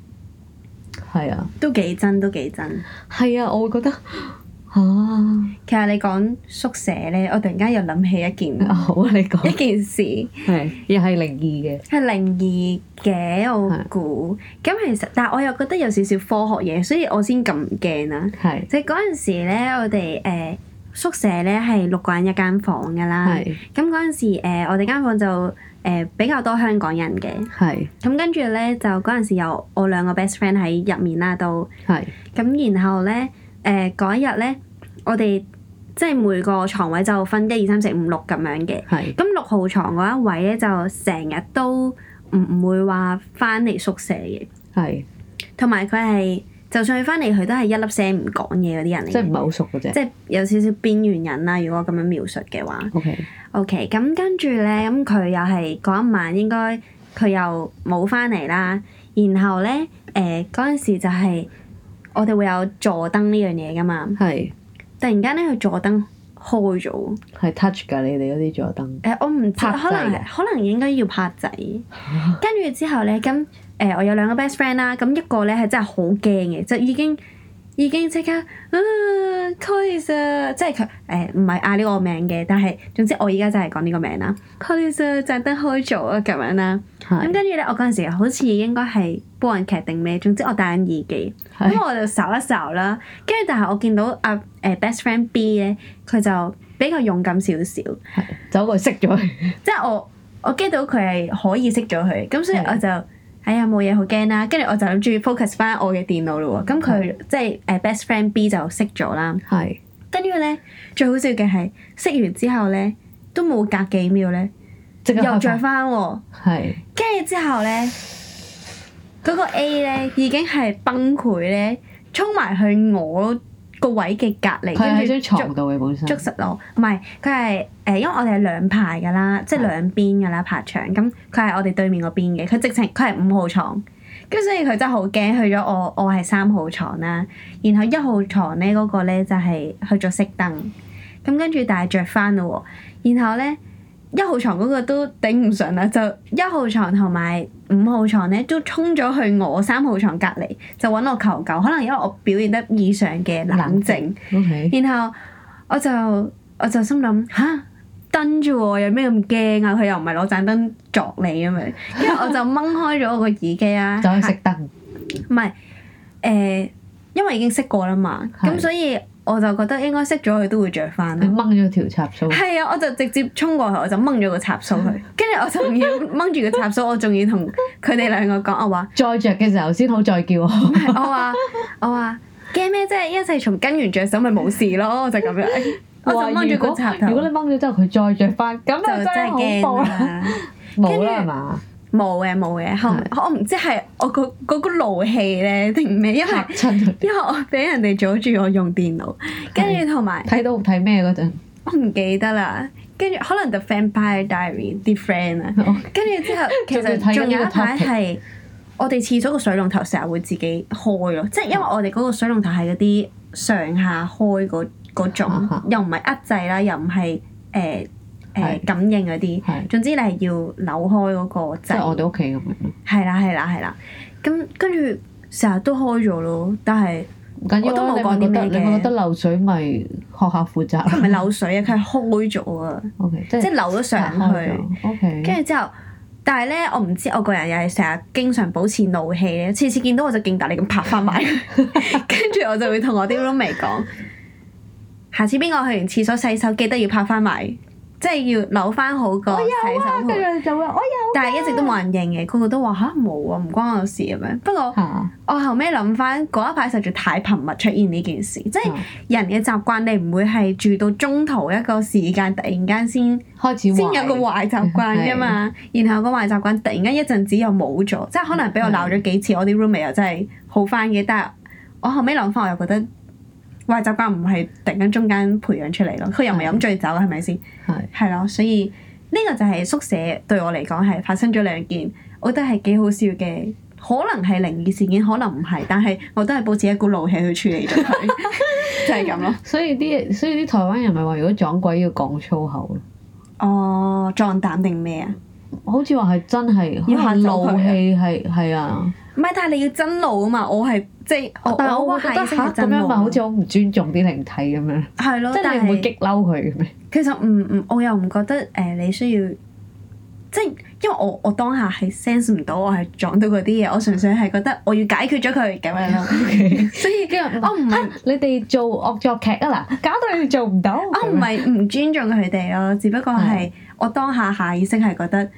A: 係啊，
B: 都幾真，都幾真。
A: 係啊，我會覺得啊，
B: 其實你講宿舍咧，我突然間又諗起一件
A: 好啊，你
B: 一
A: 講
B: 件事。
A: 係又係靈異嘅，
B: 係靈異嘅，我估。咁其實，但係我又覺得有少少科學嘢，所以我先咁驚啦。
A: 係
B: 即係嗰陣時咧，我哋誒、呃宿舍咧係六個人一間房㗎啦。
A: 係
B: 咁嗰陣時、呃我哋間房就誒、呃比較多香港人嘅。
A: 係
B: 咁跟住咧就嗰陣時有我兩個 best friend 喺入面啦，都
A: 係
B: 咁然後咧誒嗰一日咧，我哋即係每個床位就分一二三四五六咁樣嘅。
A: 係
B: 咁六號床嗰一位咧，就成日都唔唔會話翻嚟宿舍嘅，
A: 係，
B: 同埋佢係就算佢翻嚟，佢都係一粒聲唔講嘢嗰啲人嚟
A: 即係唔係
B: 嘅，
A: 好熟嘅啫。
B: 即係有少少邊緣人啦。如果咁樣描述嘅話
A: O K，
B: ，OK。咁跟住咧，咁佢又係嗰一晚應該佢又冇翻嚟啦。然後咧，誒嗰陣時就係、我哋會有座燈呢樣嘢噶嘛，
A: 係
B: 突然間咧佢座燈開咗喎，誒、
A: 係 touch 㗎，你哋嗰啲座燈
B: 我唔知
A: 拍掣
B: 可能
A: 嘅 (laughs)
B: 可能應該要拍仔。跟住之後咧，咁誒我有兩個 best friend 啦，咁一個咧係真係好驚嘅，就已經已經即刻啊 Collis 啊，即係佢誒唔係嗌呢個名嘅，但係總之我而家就係講呢個名啦，Collis 啊，陣得開做啊咁樣啦。咁跟
A: 係
B: 住咧，我嗰陣時好似應該係播人劇定咩，總之我戴緊耳機，
A: 係
B: 咁我就睄一睄啦。跟住但係我見到阿誒 best friend B 咧，佢就比較勇敢少少，
A: 走過去熄咗佢，
B: 即係我我 get 到佢係可以識咗佢，咁所以
A: 係
B: 我就哎呀冇嘢好驚啦。跟住我就諗住 focus 翻我嘅電腦咯喎。咁佢即係誒 best friend B 就識咗啦。
A: 係
B: 跟住咧最好笑嘅係識完之後咧，都冇隔幾秒咧，
A: 即刻
B: 又
A: 開
B: 着
A: 翻，
B: 翻喎。
A: 係
B: 跟住之後咧，嗰、個 A 咧已經係崩潰咧，衝埋去我個位嘅隔離，
A: 佢喺
B: 跟住
A: 張
B: 捉
A: 床度嘅本身
B: 捉，實我。唔係，佢係誒，因為我哋係兩排噶啦，即係
A: 係
B: 兩邊噶啦排場。咁佢係我哋對面嗰邊嘅，佢直情佢係五號床。跟住所以佢真係好驚，去咗我我係三號床啦，然後一號床咧嗰個咧就係去咗熄燈，咁跟住但係着翻咯喎，然後咧一號床嗰個都頂唔順啦，就一號床同埋五號床咧都衝咗去我三號床隔離，就揾我求救，可能因為我表現得異常嘅冷
A: 冷
B: 靜
A: 靜，OK，
B: 然後我就我就心諗吓，燈啫喎，有咩咁驚啊？佢又唔係攞盞燈作你咁
A: (laughs)
B: 樣，跟住我就掹開咗我個耳機啦，
A: 走去熄燈，
B: 唔係誒，因為已經識過啦嘛，咁
A: 係嗯
B: 所以我就覺得應該識咗佢都會着翻
A: 你
B: 啦。
A: 掹咗條插數，
B: 係啊，我就直接衝過去，我就掹咗個插數
A: 嗯
B: 佢，跟住我仲要掹住個插數，我仲要同佢哋兩個講，我話。
A: (laughs) 再着嘅時候先好再叫我，
B: 唔係我話我話驚咩啫？一齊從根源着手咪冇事咯，我就咁樣。我就掹住個插頭，
A: 如果你掹咗之後佢再着翻，咁
B: 就
A: 就真
B: 真係啊
A: 係恐
B: 驚
A: 怖啊啦，
B: 啦。
A: 冇啦係嘛？
B: 冇嘅冇嘅，後我唔知係我個嗰個怒氣咧定咩，因為
A: 嚇親佢，
B: 因為我俾人哋阻住我用電腦，跟住同埋
A: 睇到睇咩嗰陣
B: 我唔記得啦，跟住可能 The Vampire Diary 啲 friend 啊，
A: ，OK，
B: 跟住之
A: (laughs)
B: 後其實仲有一排係我哋廁所個水龍頭成日會自己開咯，
A: 嗯
B: 即係因為我哋嗰個水龍頭係嗰啲上下開嗰嗰種
A: 啊哈，
B: 又唔係扼掣啦，又唔係誒誒
A: 係
B: 感應嗰啲，
A: 係
B: 總之你係要扭開嗰個
A: 即係我
B: 掣，
A: 哋屋企咁樣，
B: 係啦係啦係啦，咁跟住成日都開咗咯，但係
A: 唔緊要
B: 我都
A: 啦
B: 冇
A: 你
B: 講啲
A: 咪覺
B: 咩
A: 得
B: 嘅
A: 你咪覺得漏水咪學校負責
B: 佢唔
A: (laughs)
B: 係
A: 啦
B: 漏水啊，佢係開咗啊，
A: ，OK，即
B: 即係
A: 係
B: 扭咗上去。
A: ，O K，
B: 跟住之後，但係咧，我唔知我個人又係成日經常保持怒氣咧，次次見到我就勁大力咁拍翻埋， (laughs) 跟住我就會同我啲 roommate 講，下次邊個去完廁所洗手，記得要拍翻埋，即係要扭翻好個
A: 哦
B: 洗手盆。
A: 跟住就會我啊有
B: 但係一直都冇人認嘅，個個都話吓冇啊，唔關我事咁樣。不過
A: 嚇，
B: 我後尾諗翻嗰一排實在太頻密出現呢件事，即係
A: 嚇
B: 人嘅習慣，你唔會係住到中途一個時間突然間先。
A: 開始
B: 先
A: 壞
B: 有個嗯壞習慣㗎嘛，然後個壞習慣突然間一陣子又冇咗，即係可能俾我鬧咗幾次，我啲 roommate 又真係好翻嘅，但係我後尾諗翻我又覺得壞習慣唔係突然間中間培養出嚟咯，佢又唔係飲醉酒係咪先？
A: 係。
B: 係咯，所以呢個就係宿舍對我嚟講係發生咗兩件，我覺得係幾好笑嘅。可能係靈異事件，可能唔係，但係我都係保持一股怒氣去處理咗佢， (laughs) 就係咁咯。
A: 所以啲所以啲台灣人咪話，如果撞鬼要講粗口咯，
B: 哦，壯膽定咩啊？
A: 好似話係真係
B: 要嚇
A: 可能
B: 走佢啊
A: 怒氣係係啊，
B: 唔係，但係你要真路啊嘛！我係即係我，
A: 但係
B: 哦我
A: 我
B: 嗰個
A: 會
B: 下
A: 覺得
B: 意識
A: 嚇
B: 係
A: 咁
B: 真
A: 樣
B: 路
A: 咪
B: 啊。
A: 好似好唔尊重啲靈體咁樣，
B: 係咯，
A: 即
B: 哦
A: 係
B: 但
A: 你唔會
B: 係
A: 激嬲佢咁樣。
B: 其實唔唔，我又唔覺得誒、呃你需要即係因為我我當下係 sense 唔到我係撞到嗰啲嘢，我純粹係覺得我要解決咗佢咁樣
A: (laughs)
B: 咯。啊
A: OK
B: 所以
A: 跟住哦
B: 我唔係
A: 你哋做惡作劇啊嗱，搞到你哋做唔到。
B: 我哦唔係唔尊重佢哋咯，只不過係我當下下意識係覺得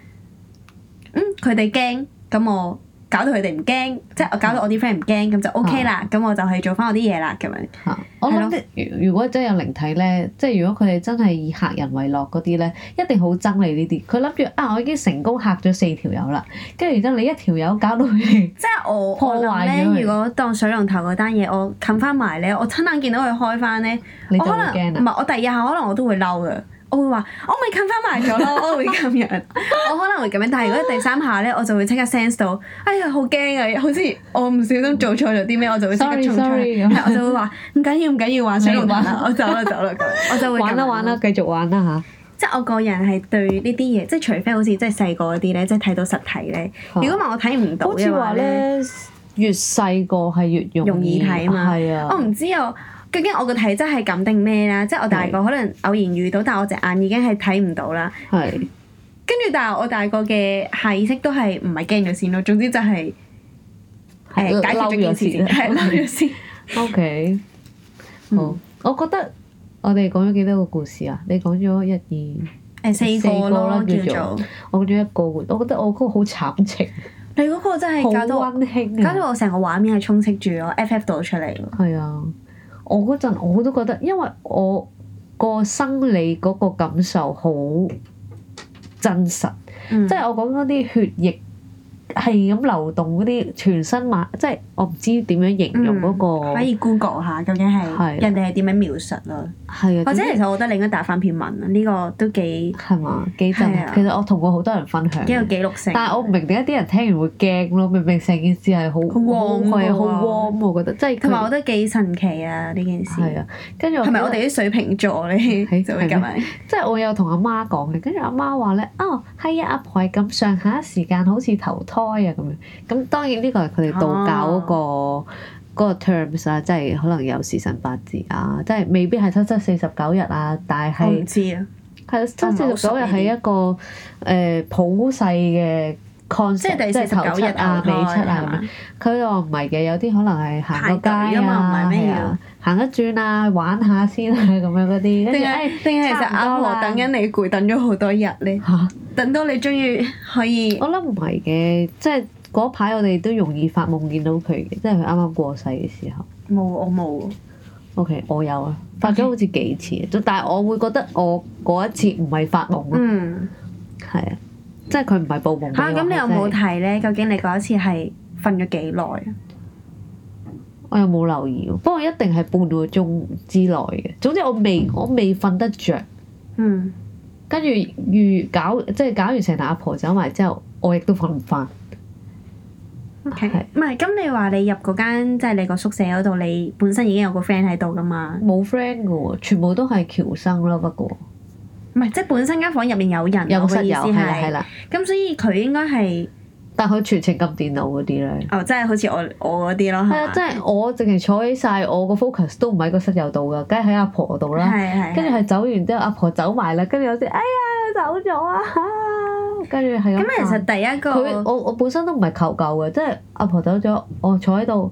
B: 嗯佢哋驚，咁我搞到佢哋唔驚，即係我搞到我啲 friend 唔驚，咁就 OK
A: 啊
B: 啦。咁我就去做翻我啲嘢啦，咁樣
A: 嚇我
B: 係咯
A: 諗如如果真有靈體咧，即係如果佢哋真係以嚇人為樂嗰啲咧，一定好憎你呢啲。佢諗住啊，我已經成功嚇咗四條友啦，跟住然之後你一條友搞到佢哋
B: 即係我
A: 破
B: 我諗
A: 壞咗
B: 咧，
A: 佢
B: 如果當水龍頭嗰單嘢，我冚翻埋咧，我親眼見到佢開翻咧，(laughs)
A: 你
B: 我
A: 就會
B: 可能
A: 驚啊
B: 唔
A: 啦。
B: 係我第二下可能我都會嬲嘅，我會話我咪冚翻埋咗咯，我會咁樣，我可能會咁樣。但係如果第三下咧，我就會即刻 sense 到，哎呀好驚啊！好似我唔小心做錯咗啲咩，我就會即刻
A: Sorry，
B: 衝出去，
A: sorry，
B: 係我就會話唔緊要唔緊要，玩水龍頭
A: 你
B: 啦，
A: 玩
B: 我走啦走啦咁樣，我就會咁樣
A: 玩啦玩啦，，繼續玩啦
B: 即
A: 嚇！
B: 係我個人係對呢啲嘢，即係除非好似即係細個嗰啲咧，即係睇到實體咧。如果唔係我睇唔到
A: 好似
B: 嘅話
A: 話
B: 咧，
A: 咧，越細個係越容
B: 容易睇啊嘛
A: 係
B: 我
A: 啊，
B: 唔知我究竟我個體質係咁定咩啦。即係我大
A: 嗯
B: 個可能偶然遇到，但係我隻眼已經係睇唔到啦。
A: 係
B: 跟住但係我大個嘅下意識都係唔係驚咗先咯。總之就係、
A: 係
B: 誒解決咗件事先，
A: 嬲 (laughs)
B: 係嬲
A: 咗
B: 咗先。
A: 先。O K，好
B: 嗯，
A: 我覺得我哋講咗幾多個故事啊？你講咗一二，
B: 誒四個咯
A: 四個啦
B: 叫
A: 叫
B: 做
A: 做。我講咗一個，我覺得我嗰個好慘情，
B: 你嗰個真
A: 好啊
B: 係搞到我
A: 溫馨
B: 搞
A: 啊！
B: 到我成個畫面係充斥住我 FF 到出嚟喎。
A: 係啊，我嗰陣我都覺得，因為我個生理嗰個感受好真實。
B: 嗯
A: 即係我講嗰啲血液係咁流動嗰啲全身麻，即係我唔知點樣形容嗰、個
B: 嗯可以 Google 下究竟係
A: 哦係
B: 人哋係點樣描述咯，
A: 係啊，
B: 或者
A: 點
B: 其實我覺得你應該打翻篇文啊，呢個都幾
A: 係嘛幾震
B: 係啊
A: 撼。其實我同過好多人分享
B: 幾，有記錄性。
A: 但係我唔明點解啲人聽完會驚咯。明明成件事係好
B: 好 warm
A: 好係啊好
B: 㗎喎
A: warm，我覺得即係佢
B: 同埋我覺得幾神奇啊呢件事。
A: 係啊。跟住
B: 係咪我
A: 記得
B: 哋啲水瓶座咧
A: 係
B: (laughs) 就會咁樣？
A: 即係我有同阿媽講嘅，跟住阿媽話咧，哦，係啊，阿婆係咁上下時間，好似投胎啊咁樣。咁當然呢個係佢哋道教嗰、
B: 啊
A: 個嗰個 terms 啦，即係可能有時辰八字啊，即係未必係七七四十九日啊，但
B: 我唔
A: 係
B: 知啊，
A: 係
B: 我唔係
A: 七
B: 好
A: 四十
B: 熟
A: 九日
B: 呢啲
A: 係一個誒、呃普世嘅 concept，
B: 即係第四十
A: 頭
B: 九
A: 七
B: 日
A: 啊、尾七啊咁樣
B: 啊，。
A: 佢又話唔係嘅，有啲可能係行
B: 排
A: 個街
B: 隊啊嘛
A: 啊，
B: 唔係咩
A: 係啊，行一轉啊，玩下先啊咁樣嗰啲，
B: 定
A: 跟住哎誒
B: 係定係其實阿婆等緊你攰，等咗好多日咧，
A: 嚇。
B: 等到你終於可以
A: 我諗唔係嘅，即係嗰排我哋都容易發夢見到佢嘅，即係佢啱啱過世嘅時候。
B: 冇我冇
A: O.K. 我有啊，發咗好似幾次，但係我會覺得我嗰一次唔係發夢咯，
B: 嗯
A: 係啊，即係佢唔係報夢俾我。
B: 嚇咁你有冇
A: 係真係？
B: 睇咧？究竟你嗰一次係瞓咗幾耐啊？
A: 我又冇留意喎，不過一定係半個鐘之內嘅。總之我未我未瞓得着，
B: 嗯。
A: 跟住遇搞即係搞完成大阿婆走埋之後，我亦都瞓唔翻。
B: OK，
A: 係
B: 唔係咁你話你入嗰間即係你個宿舍嗰度，你本身已經有個 friend 喺度噶嘛？
A: 冇 friend 嘅喎，全部都係僑生啦，不過
B: 唔係即係本身間房入面有人，
A: 有
B: 我
A: 個
B: 嘅
A: 室
B: 意
A: 友
B: 思
A: 係啦係
B: 係。
A: 啦，
B: 咁所以佢應該係
A: 但佢全程撳電腦嗰啲咧。
B: 哦，即係好似我我嗰啲咯，
A: 係啊，
B: 嘛
A: 即係我直情坐起晒，我個 focus 都唔喺個室友度噶，梗係喺阿婆度啦。
B: 係係
A: 跟住
B: 係。
A: 係走完之後，阿婆走埋啦，跟住有啲哎呀走咗啊，跟住係咁
B: 咁其
A: 喊。
B: 實第一
A: 佢
B: 個
A: 我我本身都唔係求救嘅，即係阿婆走咗，我坐喺度，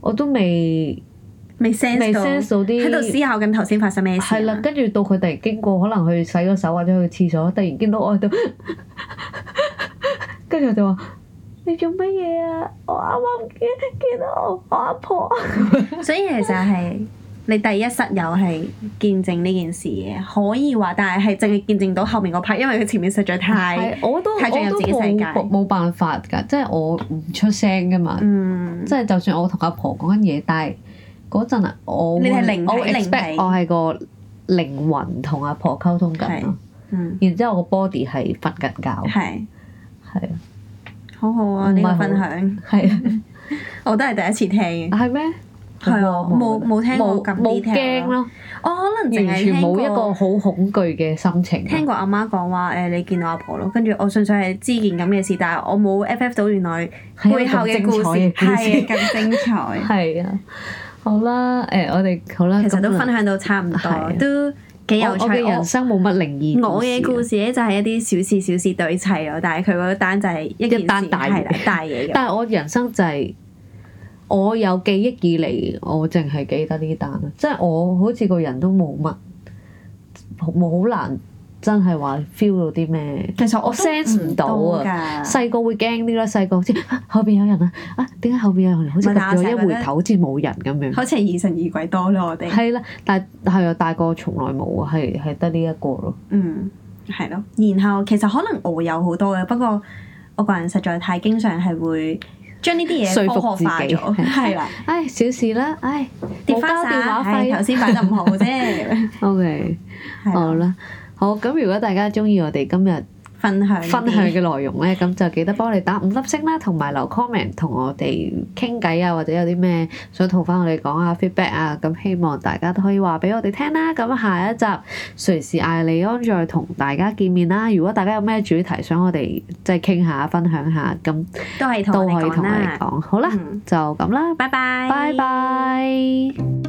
A: 我都未
B: 未 sense
A: 未
B: 到，
A: sense 到
B: 喺度思
A: 啲。
B: 考緊頭先發生咩事啊。
A: 係啦，跟住到佢突然經過，可能去洗個手或者去廁所，突然見到我喺度， (laughs) 跟住我就話：你做乜嘢啊？我啱啱見見到我我阿婆
B: 所以其實係你第一室友係見證呢件事嘅，可以話，但係係淨係見證到後面嗰 part，因為佢前面實在太
A: 係，我都我
B: 太進入
A: 都
B: 自己世
A: 冇
B: 界
A: 冇辦法㗎，即係我唔出聲㗎嘛。
B: 嗯
A: 即係就算我同阿婆講緊嘢，但係嗰陣啊，我
B: 你係
A: 會
B: 靈體
A: 我會
B: 靈
A: expect
B: 體
A: 我係個靈魂同阿婆溝通緊咯。
B: 嗯
A: 然之後個 body 係瞓緊覺，
B: 係
A: 係啊
B: 好好啊呢
A: 唔
B: 個
A: 係好
B: 分享，
A: 係啊，
B: 我都係第一次聽嘅。
A: 係咩？
B: 係啊冇冇聽過咁
A: 冇
B: detail
A: 驚
B: 咯
A: 咯，
B: 我可能淨
A: 完
B: 係
A: 全
B: 聽
A: 冇一個
B: 過
A: 好恐懼嘅心情啊
B: 聽
A: 咯。
B: 過阿媽講話誒，你見到阿婆咯，跟住我純粹係知件咁嘅事，但係我冇 FF 到原來
A: 係一個
B: 背後嘅故事
A: 咁精彩
B: 係
A: 嘅
B: 咁精彩。
A: 係啊，好啦，誒我哋好啦，
B: 其實都
A: (laughs) 咁
B: 分享到差唔
A: 係啊
B: 多，都幾有
A: 我
B: 趣。
A: 我嘅人
B: 我
A: 生冇乜靈異啊
B: 我嘅故事咧就係一啲小事小事堆砌咯，但係佢嗰單就係一件
A: 一單大嘢
B: 係啦大嘢嘅。
A: 但係我人生就係、我有記憶以嚟，我淨係記得呢單啦，即係我好似個人都冇乜，冇好難真係話 feel 到啲咩。
B: 其實
A: 我 sense 唔到
B: 啊
A: 細個會驚啲啦，細個好似啊後邊有人啊，啊點解後邊有人？好似
B: 咪
A: 入
B: 但係我
A: 咗
B: 成
A: 一
B: 日覺得
A: 回頭好似冇人咁樣。
B: 好似係疑神疑鬼多咯，我哋
A: 係啦，但係係啊，大個從來冇啊，係係得呢一個咯。
B: 嗯係咯。然後其實可能我有好多嘅，不過我個人實在太經常係會將呢啲嘢
A: 說服
B: 科學化
A: 自己
B: 咗， (laughs) 係啦，
A: 唉，小事啦，唉，
B: 跌
A: 冇
B: 翻
A: 交電
B: 曬，
A: 話
B: 唉
A: 費
B: 頭先擺得唔
A: (laughs)
B: 好啫，
A: O K，
B: 係
A: 好
B: 啦
A: 哦啦，好咁。如果大家中意我哋今日
B: 分享
A: 分享嘅內容咧，咁就記得幫我哋打五粒星啦，同埋留 comment 同我哋傾偈啊，或者有啲咩想同翻我哋講啊 feedback 啊，咁希望大家都可以話俾我哋聽啦。咁下一集隨時艾利安再同大家見面啦。如果大家有咩主題想我哋即係傾下、分享下，咁
B: 都係同
A: 都
B: 我
A: 可
B: 哋
A: 以同
B: 講嗯
A: 我哋
B: 啦。
A: 講。好啦，
B: 嗯
A: 就咁啦，
B: 拜拜，
A: 拜拜。